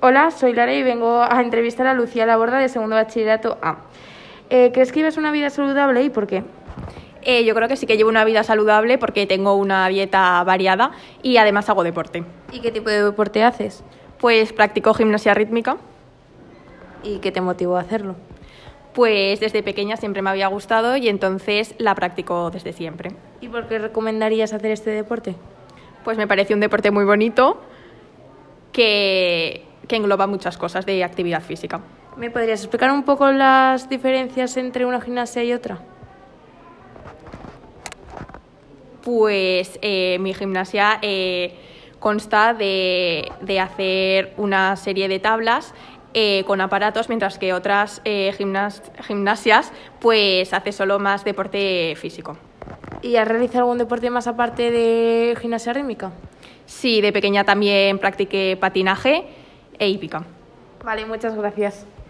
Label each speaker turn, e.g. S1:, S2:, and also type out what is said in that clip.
S1: Hola, soy Lara y vengo a entrevistar a Lucía Laborda de segundo bachillerato A. Eh, ¿Crees que llevas una vida saludable y por qué?
S2: Eh, yo creo que sí que llevo una vida saludable porque tengo una dieta variada y además hago deporte.
S1: ¿Y qué tipo de deporte haces?
S2: Pues practico gimnasia rítmica.
S1: ¿Y qué te motivó a hacerlo?
S2: Pues desde pequeña siempre me había gustado y entonces la practico desde siempre.
S1: ¿Y por qué recomendarías hacer este deporte?
S2: Pues me parece un deporte muy bonito que, que engloba muchas cosas de actividad física.
S1: ¿Me podrías explicar un poco las diferencias entre una gimnasia y otra?
S2: Pues eh, mi gimnasia eh, consta de, de hacer una serie de tablas eh, con aparatos, mientras que otras eh, gimnas- gimnasias pues hace solo más deporte físico.
S1: ¿Y has realizado algún deporte más aparte de gimnasia rítmica?
S2: Sí, de pequeña también practiqué patinaje e hípica.
S1: Vale, muchas gracias.